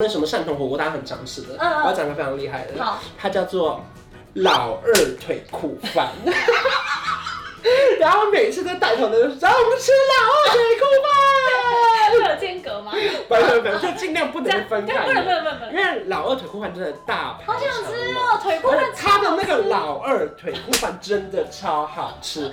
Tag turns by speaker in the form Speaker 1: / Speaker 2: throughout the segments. Speaker 1: 那什么汕头火锅大家很常吃的，
Speaker 2: 嗯嗯
Speaker 1: 我要讲个非常厉害的，
Speaker 2: 好，
Speaker 1: 它叫做老二腿裤饭。 然后每次在带头的时候，让我们吃老
Speaker 2: 会有间隔吗？
Speaker 1: 二腿裤饭，没有没有，就尽量不
Speaker 2: 这样
Speaker 1: 能分
Speaker 2: 这样不能不
Speaker 1: 开，
Speaker 2: 能不能不能
Speaker 1: 因。为老二腿裤饭真的大排
Speaker 2: 好想
Speaker 1: 长
Speaker 2: 吃
Speaker 1: 龙
Speaker 2: 哦，腿部
Speaker 1: 而且
Speaker 2: 很
Speaker 1: 它的那个老二腿裤饭真的超好吃。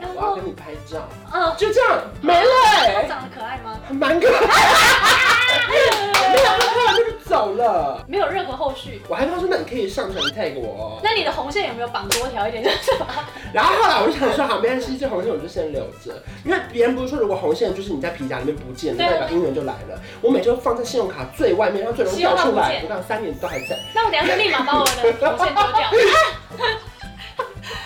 Speaker 2: 然
Speaker 1: 我要
Speaker 2: 后，
Speaker 1: 跟你拍照。
Speaker 2: 呃”，
Speaker 1: 就这样没了、
Speaker 2: 他
Speaker 1: 欸，
Speaker 2: 长得可爱吗？
Speaker 1: 蛮可爱的。没有，拍完就是走了。
Speaker 2: 没有任何后续。
Speaker 1: 我还跟他说：“那你可以上传 tag 我。”哦。
Speaker 2: 那你的红线有没有绑多条一点？就是把 它
Speaker 1: 然后后来我就想说：“好，没关系，这红线我就先留着。”因为别人不是说，如果红线就是你在皮夹里面不见了，
Speaker 2: 对
Speaker 1: 代表姻缘就来了。我每周放在信用卡最外面，它最容易掉出来。
Speaker 2: 信用卡不见
Speaker 1: 我刚三年都还在。
Speaker 2: 那我等一下就立马把我的红线丢掉。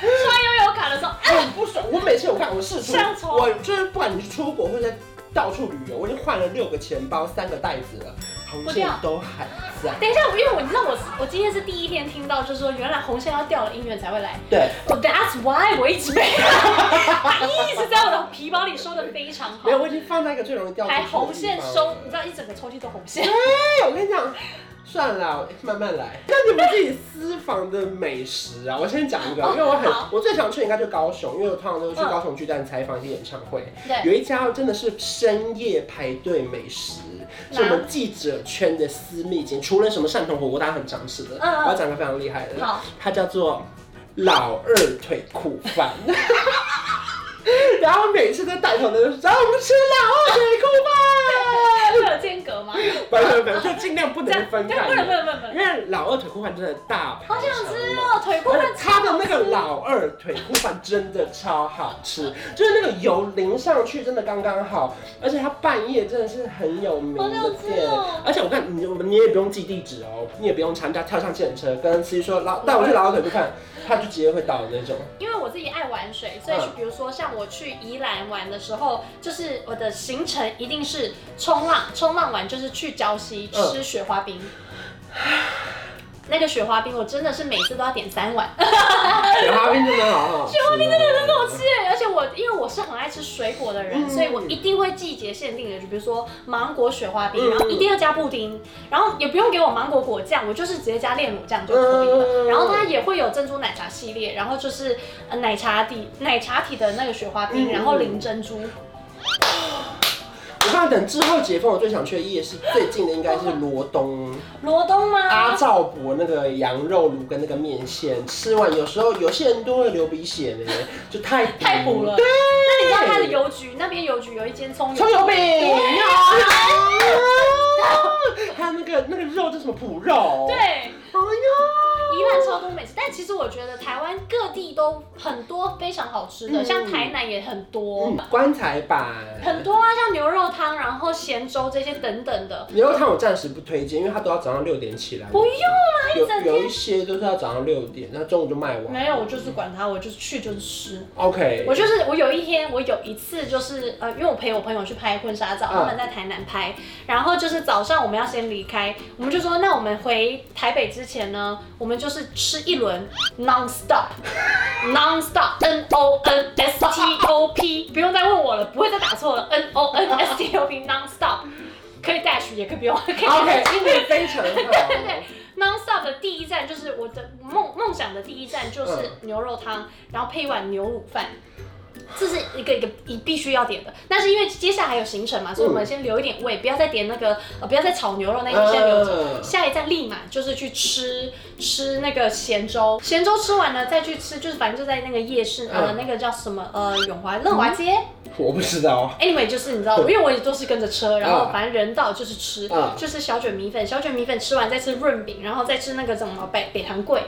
Speaker 2: 刷悠游卡的时候，啊
Speaker 1: 我很不爽，我每次我看我试出
Speaker 2: 上，头
Speaker 1: 我就是不管你去出国或者到处旅游，我已经换了六个钱包、三个袋子了，红线都还在。
Speaker 2: 等一下，因为我你知道我我今天是第一天听到，就是说原来红线要掉了音乐才会来。
Speaker 1: 对，
Speaker 2: 我 That's why 我一直没有，它一直在我的皮包里收的非常好
Speaker 1: 没，有，我已经放在一个最容易掉出去的
Speaker 2: 还
Speaker 1: 地方
Speaker 2: 红线收，你知
Speaker 1: 了
Speaker 2: 道一整个抽屉都红 线。
Speaker 1: 哎，我跟你讲，算了，慢慢来。那你们自己私房的美食啊，我先讲一个，
Speaker 2: 哦
Speaker 1: 因为我
Speaker 2: 好
Speaker 1: 很我最常去应该就高雄，因为我通常都是去
Speaker 2: 嗯
Speaker 1: 高雄巨蛋采访一些演唱会。
Speaker 2: 对，
Speaker 1: 有一家真的是深夜排队美食，是我们记者圈的私密景，除了什么汕头火锅大家很常吃的，
Speaker 2: 嗯嗯
Speaker 1: 我要讲个非常厉害的，
Speaker 2: 好，
Speaker 1: 它叫做老二腿裤饭。 然后每次在带头的时候，让我们吃老二腿裤
Speaker 2: 会有间隔吗？
Speaker 1: 饭，不能不能，就尽量不
Speaker 2: 这样
Speaker 1: 能，
Speaker 2: 对，
Speaker 1: 分
Speaker 2: 不
Speaker 1: 开，
Speaker 2: 能不能不能不
Speaker 1: 因
Speaker 2: 能。
Speaker 1: 为老二腿裤饭真的大排
Speaker 2: 好想
Speaker 1: 长
Speaker 2: 吃
Speaker 1: 龙
Speaker 2: 哦，腿裤
Speaker 1: 而
Speaker 2: 饭
Speaker 1: 且它的那
Speaker 2: 超好
Speaker 1: 个
Speaker 2: 吃
Speaker 1: 老二腿骨饭真的超好吃，就是那个油淋上去真的刚刚好，而且它半夜真的是很有名
Speaker 2: 好
Speaker 1: 的
Speaker 2: 想吃
Speaker 1: 店
Speaker 2: 哦。
Speaker 1: 而且我看你你也不用记地址哦，你也不用参加跳上计程车，跟司机说老带我去老二腿骨饭，他就直接会到的那种。
Speaker 2: 因为我自己爱玩水，所以去比如说像我去宜兰玩的时候，就是我的行程一定是冲浪，冲浪完就是去礁溪
Speaker 1: 嗯
Speaker 2: 吃雪花冰。那个雪花冰，我真的是每次都要点三碗，
Speaker 1: 雪花冰真的好好吃，雪花冰真的很好
Speaker 2: 是，而且我因为我是很爱吃水果的人，
Speaker 1: 嗯
Speaker 2: 所以我一定会季节限定的，就比如说芒果雪花冰，
Speaker 1: 嗯
Speaker 2: 然后一定要加布丁，然后也不用给我芒果果酱，我就是直接加炼乳酱就可以了。
Speaker 1: 嗯
Speaker 2: 然后它也会有珍珠奶茶系列，然后就是呃奶茶底奶茶体的那个雪花冰，
Speaker 1: 嗯
Speaker 2: 然后淋珍珠。
Speaker 1: 我看等之后解封，我最想去的夜市最近的应该是罗东。
Speaker 2: 罗东吗？
Speaker 1: 阿赵伯那个羊肉炉跟那个面线，吃完有时候有些人都会流鼻血呢，就太补
Speaker 2: 太补 了
Speaker 1: 对，
Speaker 2: 那你知道它的邮局那边邮局有一间葱油
Speaker 1: 葱油饼，啊
Speaker 2: 对
Speaker 1: 还有那个那个肉叫什么脯肉？
Speaker 2: 对，
Speaker 1: 哎呀，
Speaker 2: 宜兰超多美食，但其实我觉得台湾各地都很多非常好吃的，
Speaker 1: 嗯
Speaker 2: 像台南也很多。
Speaker 1: 嗯，棺材板。
Speaker 2: 很多啊，像牛肉汤，然后咸粥这些等等的，
Speaker 1: 牛肉汤我暂时不推荐，因为它都要早上六点起来。
Speaker 2: 不用啦，一
Speaker 1: 有
Speaker 2: 整
Speaker 1: 有
Speaker 2: 天。
Speaker 1: 一些都是要早上六点，那中午就卖完。
Speaker 2: 没有，我就是管它，我就是去就是吃。
Speaker 1: OK，
Speaker 2: 我就是我有一天，我有一次就是呃，因为我陪我朋友去拍婚纱照，
Speaker 1: 嗯
Speaker 2: 他们在台南拍，然后就是早上我们要先离开，我们就说那我们回台北之前呢，我们就是吃一轮 non stop。Non stop N O N S T O P，不用再问我了，不会再打错了。N O N S T O P Non stop，可以 dash 也可以不用，可以
Speaker 1: OK，英语非常好。
Speaker 2: 对对，Non Stop 的第一站就是我的梦梦想的第一站就是
Speaker 1: 嗯
Speaker 2: 牛肉汤，然后配一碗牛乳饭。这是一个一个你必须要点的，但是因为接下来还有行程
Speaker 1: 嗯
Speaker 2: 嘛，所以我们先留一点胃，不要再点那个呃，不要再炒牛肉那一天先留着。
Speaker 1: 嗯
Speaker 2: 下一站立马就是去吃吃那个咸粥，咸粥吃完了再去吃，就是反正就在那个夜市，呃，
Speaker 1: 嗯
Speaker 2: 那个叫什么呃永华乐华街、
Speaker 1: 我不知道。
Speaker 2: a n y w a y 就是你知道，因为我也都是跟着车，然后
Speaker 1: 嗯
Speaker 2: 反正人到就是吃，
Speaker 1: 嗯
Speaker 2: 就是小卷米粉，小卷米粉吃完再吃润饼，然后再吃那个什么北北糖桂。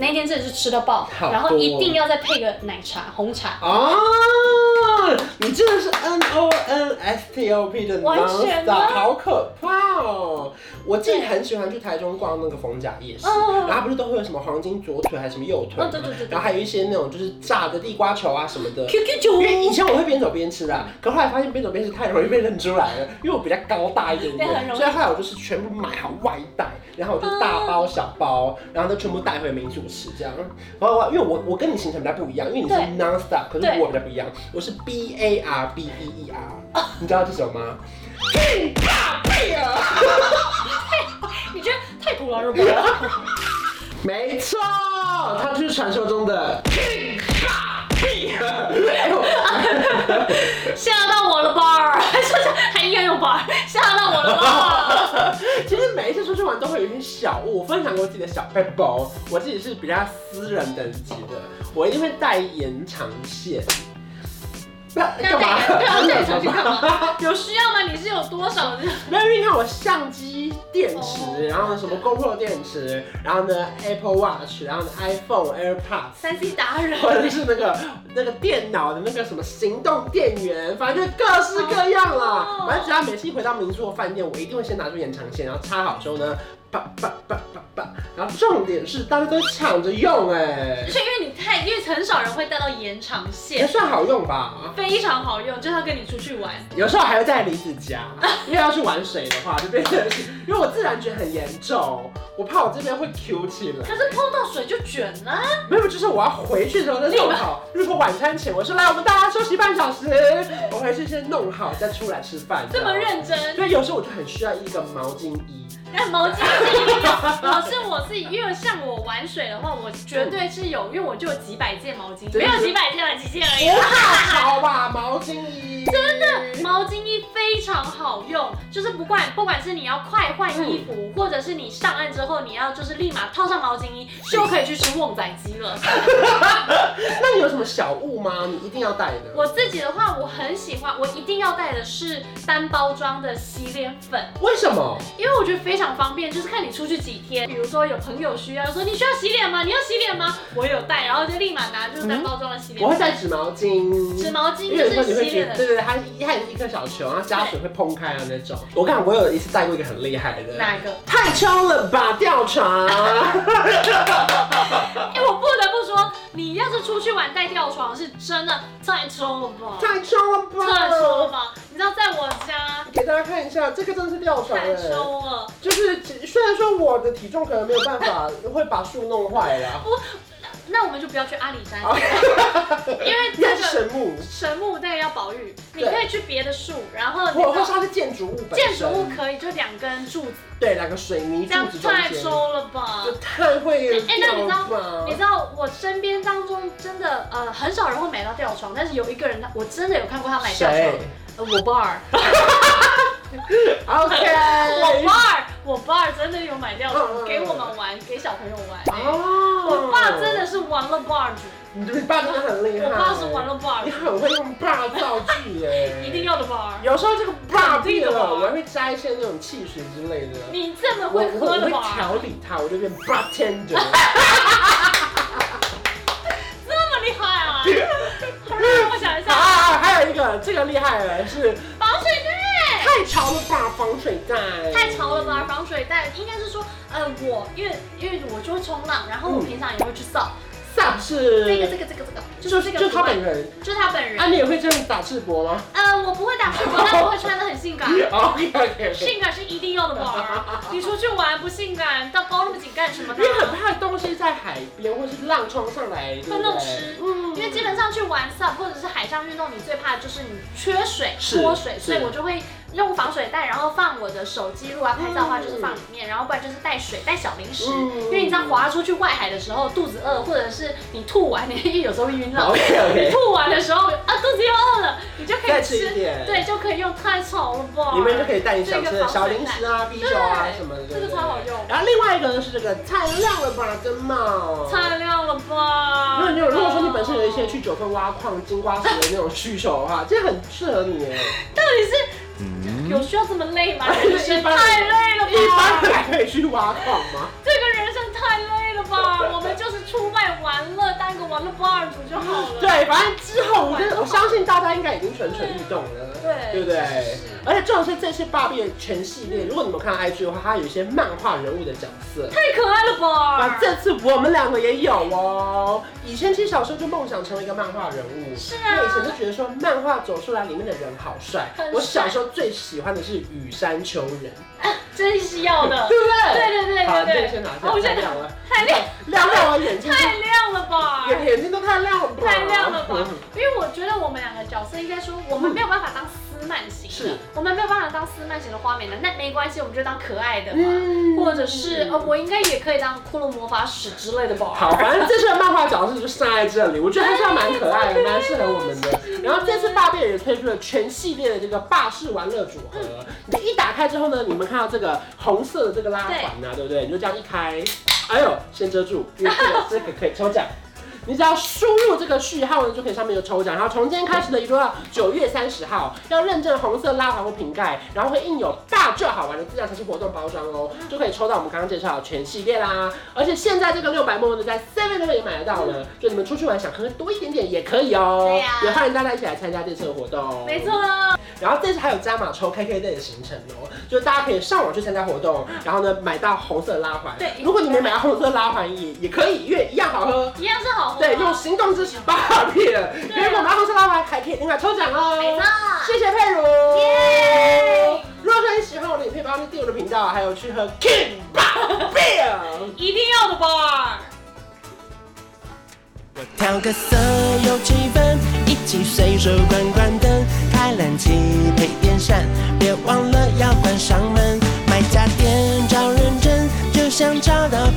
Speaker 2: 那一天真的是吃到爆，
Speaker 1: 好多哦
Speaker 2: 然后一定要再配个奶茶，红茶，
Speaker 1: 哦，你真的是 N O N S T O P 的
Speaker 2: 完全
Speaker 1: nonstop，
Speaker 2: 吗
Speaker 1: 好可怕哦！我自己很喜欢去台中逛那个逢甲夜市，
Speaker 2: 嗯
Speaker 1: 然后不是都会有什么黄金左腿还是什么右腿吗
Speaker 2: 嗯对对对对
Speaker 1: 然后还有一些那种就是炸的地瓜球啊什么的。
Speaker 2: ，QQ
Speaker 1: 因为以
Speaker 2: 九，
Speaker 1: 前我会边走边吃啊，可后来发现边走边吃太容易被认出来了，因为我比较高大一点
Speaker 2: 对很
Speaker 1: 点，
Speaker 2: 容易
Speaker 1: 所以后来我就是全部买好外带，然后我就大包小包，然后都全部带回民宿吃这样。然后我因为我我跟你行程比较不一样，因为你是
Speaker 2: 对
Speaker 1: non stop，可是
Speaker 2: 对
Speaker 1: 我比较不一样，我是 B A R B E E R，你知道这是什么吗？病大病啊！
Speaker 2: 你觉得太古老日本了？
Speaker 1: 没错，它就是传说中的病大病啊！ 哎呦
Speaker 2: 吓到我了吧？就是还应该用吧？吓到我了吧？
Speaker 1: 其实每一次出去玩都会有一些小物，我分享过自己的小背包，我自己是比较私人等级的，我一定会带延长线。那
Speaker 2: 那
Speaker 1: 干嘛？
Speaker 2: 对啊，那你想去
Speaker 1: 干
Speaker 2: 干
Speaker 1: 嘛？
Speaker 2: 嘛？有需要吗？你是有多少的？
Speaker 1: 没有，因为你看我相机电池，
Speaker 2: 哦
Speaker 1: 然后呢什么 GoPro 电池，然后呢 Apple Watch，然后呢 iPhone AirPods。
Speaker 2: 三 C 达人，
Speaker 1: 或者是那个那个电脑的那个什么行动电源，反正就各式各样啦
Speaker 2: 哦。
Speaker 1: 反正只要每次一回到民宿或饭店，我一定会先拿出延长线，然后插好之后呢，叭叭叭叭叭，然后重点是大家都抢着用哎、
Speaker 2: 是因为你太带，因为很少人会带到延长
Speaker 1: 也
Speaker 2: 线，
Speaker 1: 算好用吧。
Speaker 2: 非常好用，就是要跟你出去玩。
Speaker 1: 有时候还会带离子夹，因为要去玩水的话，就变成是，因为我自然觉得很严重，我怕我这边会 Q 起来。
Speaker 2: 可是碰到水就卷啊了、
Speaker 1: 没有，就是我要回去的时候，那时候我好，如果晚餐前我说来，我们大家休息半小时，我回去先弄好再出来吃饭。
Speaker 2: 这么认真。
Speaker 1: 所以有时候我就很需要一个毛巾 衣，
Speaker 2: 但毛巾是一定要，老是我自己，因为像我玩水的话，我绝对是有，因为我就有几百件毛巾，没有几百件了，几件而已。
Speaker 1: 不怕潮吧？毛巾衣真的
Speaker 2: 毛巾衣非常好用，就是不管不管是你要快换衣服，或者是你上岸之后你要就是立马套上毛巾衣，就可以去吃旺仔鸡了。
Speaker 1: 那你有什么小物吗？你一定要带的？
Speaker 2: 我自己的话，我很喜欢，我一定要带的是单包装的洗脸粉，
Speaker 1: 为什么？
Speaker 2: 因为我觉得非常方便，就是看你出去几天，比如说有朋友需要说你需要洗脸吗？你要洗脸吗？我有带，然后就立马拿就是单包装的洗
Speaker 1: 我
Speaker 2: 脸
Speaker 1: 会带
Speaker 2: 粉。
Speaker 1: 纸毛巾。
Speaker 2: 纸毛巾
Speaker 1: 因为有时
Speaker 2: 就
Speaker 1: 候你
Speaker 2: 是
Speaker 1: 会
Speaker 2: 洗
Speaker 1: 觉
Speaker 2: 脸
Speaker 1: 得，
Speaker 2: 的
Speaker 1: 对对对，它一它也是一颗小球，然后加水会砰开的那种。我看我有一次带过一个很厉害的，
Speaker 2: 哪一个？
Speaker 1: 太超了吧，吊床。
Speaker 2: 哎、我不得不说，你要是出去玩带吊床是真的太冲了吧？
Speaker 1: 太超了
Speaker 2: 太冲了
Speaker 1: 吧！
Speaker 2: 吧？你知道在我家
Speaker 1: 给大家看一下，这个真的是吊床
Speaker 2: 太
Speaker 1: 哎，
Speaker 2: 冲了，
Speaker 1: 就是虽然说我的体重可能没有办法会把树弄坏 啦，
Speaker 2: 那我们就不要去阿里山，
Speaker 1: 啊
Speaker 2: 因为
Speaker 1: 那
Speaker 2: 这
Speaker 1: 是
Speaker 2: 个
Speaker 1: 神木，
Speaker 2: 神木那个要保育，你
Speaker 1: 对
Speaker 2: 可以去别的树，然后你
Speaker 1: 或
Speaker 2: 知
Speaker 1: 或是
Speaker 2: 道
Speaker 1: 它是建筑物本身，
Speaker 2: 建筑物可以就两根柱子，
Speaker 1: 对两个水泥
Speaker 2: 这
Speaker 1: 柱
Speaker 2: 样
Speaker 1: 子中
Speaker 2: 太
Speaker 1: 间，
Speaker 2: 冲了吧
Speaker 1: 就？太会
Speaker 2: 哎那
Speaker 1: 吊
Speaker 2: 你知道
Speaker 1: 吧
Speaker 2: 你知道我身边当中真的呃很少人会买到吊床，但是有一个人他我真的有看过他买吊床
Speaker 1: 谁，
Speaker 2: 呃我爸 儿，呃
Speaker 1: ？OK，
Speaker 2: 我爸儿，我爸儿真的有买吊
Speaker 1: 嗯嗯嗯
Speaker 2: 床给我们玩，给小朋友玩。
Speaker 1: 哦，
Speaker 2: 我爸真的是玩了 bar 主，
Speaker 1: 你你爸真的很厉害，欸
Speaker 2: 我爸是玩了 bar，
Speaker 1: 你很会用霸造句耶，
Speaker 2: 一定。要的 bar。
Speaker 1: 有时候这个霸
Speaker 2: 肯定
Speaker 1: 变
Speaker 2: 的吧
Speaker 1: 了，我还会加一些那种汽水之类的。
Speaker 2: 你这么
Speaker 1: 我
Speaker 2: 会
Speaker 1: 我
Speaker 2: 喝
Speaker 1: 我
Speaker 2: 的
Speaker 1: 会
Speaker 2: bar，
Speaker 1: 调理它，我就变 bartender。
Speaker 2: 这么厉害啊！ 让我想一下，
Speaker 1: 啊，还有一个这个厉害了，是
Speaker 2: 防水袋。
Speaker 1: 太潮了吧，防水袋。
Speaker 2: 太潮了吧？？防水袋应该是说，呃，我因为因为我就会冲浪，然后
Speaker 1: 嗯
Speaker 2: 我平常也会去扫、
Speaker 1: 上是
Speaker 2: 这个这个这个这个，就是这个
Speaker 1: 就他
Speaker 2: 图案
Speaker 1: 本人。
Speaker 2: 就是他本人。
Speaker 1: 啊，你也会这样打赤膊吗
Speaker 2: 呃，我不会打赤膊，但我会穿的很性 感。
Speaker 1: ？OK OK。
Speaker 2: 性感啊是一定要的吧？你出去玩不性感，到包那么紧干什么呢
Speaker 1: 因？为很怕东西在海边或是浪冲上来，对不对
Speaker 2: 会弄湿
Speaker 1: 嗯
Speaker 2: 因为基本上去玩 SUP 或者是海上运动，你最怕的就是你缺水、
Speaker 1: 是
Speaker 2: 脱水，
Speaker 1: 是
Speaker 2: 所以我就会用防水袋，然后放我的手机，如果要拍照的话
Speaker 1: 嗯
Speaker 2: 就是放里面，然后不然就是带水、带小零食，
Speaker 1: 嗯
Speaker 2: 因为你知道滑出去外海的时候肚子饿，或者是你吐完，因为有时候会晕浪。
Speaker 1: OK
Speaker 2: 你
Speaker 1: OK，
Speaker 2: 吐完的时候啊，肚子又饿了，你就可
Speaker 1: 再
Speaker 2: 以
Speaker 1: 吃一
Speaker 2: 吃，
Speaker 1: 点。
Speaker 2: 对，就可以用太潮了吧？
Speaker 1: 里面就可以带你想吃的小零食啊、啤酒啊什么的，哦对不
Speaker 2: 这个
Speaker 1: 对
Speaker 2: 超好用，
Speaker 1: 然后另外一个呢是这个太亮了吧跟帽。
Speaker 2: 太亮了吧？
Speaker 1: 如果你有如果说你本身有一些去九份挖矿、金瓜石的那种需求的话， 这很适合你耶。
Speaker 2: 到底是有需要这么累 吗？
Speaker 1: 一
Speaker 2: 人生
Speaker 1: 般人
Speaker 2: 太累了吧？
Speaker 1: 一般人还可以去挖矿吗？
Speaker 2: 这个人生太累了吧？我们就是出卖玩乐，当个玩乐 bar 主就好了。
Speaker 1: 对，反正之后我跟我相信大家应该已经蠢蠢欲动了，
Speaker 2: 对
Speaker 1: 对不对
Speaker 2: 是是？
Speaker 1: 而且重要是这些霸变全系列，如果你们有看 IG 的话，它有一些漫画人物的角色。
Speaker 2: 太可爱了
Speaker 1: 啊，
Speaker 2: 吧？
Speaker 1: 这次我们两个也有哦。以前其实小时候就梦想成为一个漫画人物，
Speaker 2: 是
Speaker 1: 因为以前
Speaker 2: 啊，
Speaker 1: 就觉得说漫画走出来里面的人好帅
Speaker 2: 很。帅
Speaker 1: 我小时候最喜欢的是羽山丘人，
Speaker 2: 啊真是要的。
Speaker 1: 对不对？
Speaker 2: 对对对
Speaker 1: 好，
Speaker 2: 对
Speaker 1: 你这个
Speaker 2: 对，
Speaker 1: 先拿下，
Speaker 2: 哦我先
Speaker 1: 太亮了，
Speaker 2: 太亮
Speaker 1: 亮到我眼睛都，
Speaker 2: 太亮了吧？
Speaker 1: 眼啊眼睛都太亮了吧，
Speaker 2: 太亮了
Speaker 1: 嗯
Speaker 2: 吧？因为我觉得我们两个角色应该说，我们没有办法当斯曼型的
Speaker 1: 是，
Speaker 2: 我们没有办法当斯曼型的花美男，那没关系，我们就当可爱的嘛。
Speaker 1: 嗯
Speaker 2: 或者是呃，我应该也可以当骷髅魔法使之类的吧。
Speaker 1: 好，反正这次的漫画角色就上在这里，我觉得还算蛮可爱的，蛮适合我们的。然后这次霸变也推出了全系列的这个霸式玩乐组合，你一打开之后呢，你们看到这个红色的这个拉环呐、啊，对不对？你就这样一开，哎呦，先遮住，因为这个这个可以抽奖。你只要输入这个序号呢，就可以上面有抽奖。然后从今天开始呢，一路到九月三十号，要认证红色拉环或瓶盖，然后会印有“大就好玩”的字样才是活动包装哦，就可以抽到我们刚刚介绍的全系列啦。而且现在这个六百梦呢，在 Seven 那边也买得到了，就你们出去玩想喝多一点点也可以哦。
Speaker 2: 对呀
Speaker 1: 也欢迎大家一起来参加这次的活动。哦
Speaker 2: 没。错，啊
Speaker 1: 然后这次还有加码抽 KK day 的行程哦，就是大家可以上网去参加活动，然后呢买到红色拉环。
Speaker 2: 对
Speaker 1: 如果你没买到红色拉环也也可以，因为一样好喝。
Speaker 2: 一样是好啊喝。
Speaker 1: 对，用行动支持八片，
Speaker 2: 对
Speaker 1: 如果买到红色拉环还可以另外抽奖哦。
Speaker 2: 没错。
Speaker 1: 谢谢佩如。
Speaker 2: 耶
Speaker 1: 如果说你喜欢我的影片，不要忘记订阅我的频道，还有去喝 King Bar Beer。
Speaker 2: 一定要的吧。
Speaker 3: 我调个色有气氛，一起随手关关灯，开冷气配电扇，别忘了要关上门。买家电找认真，就像找到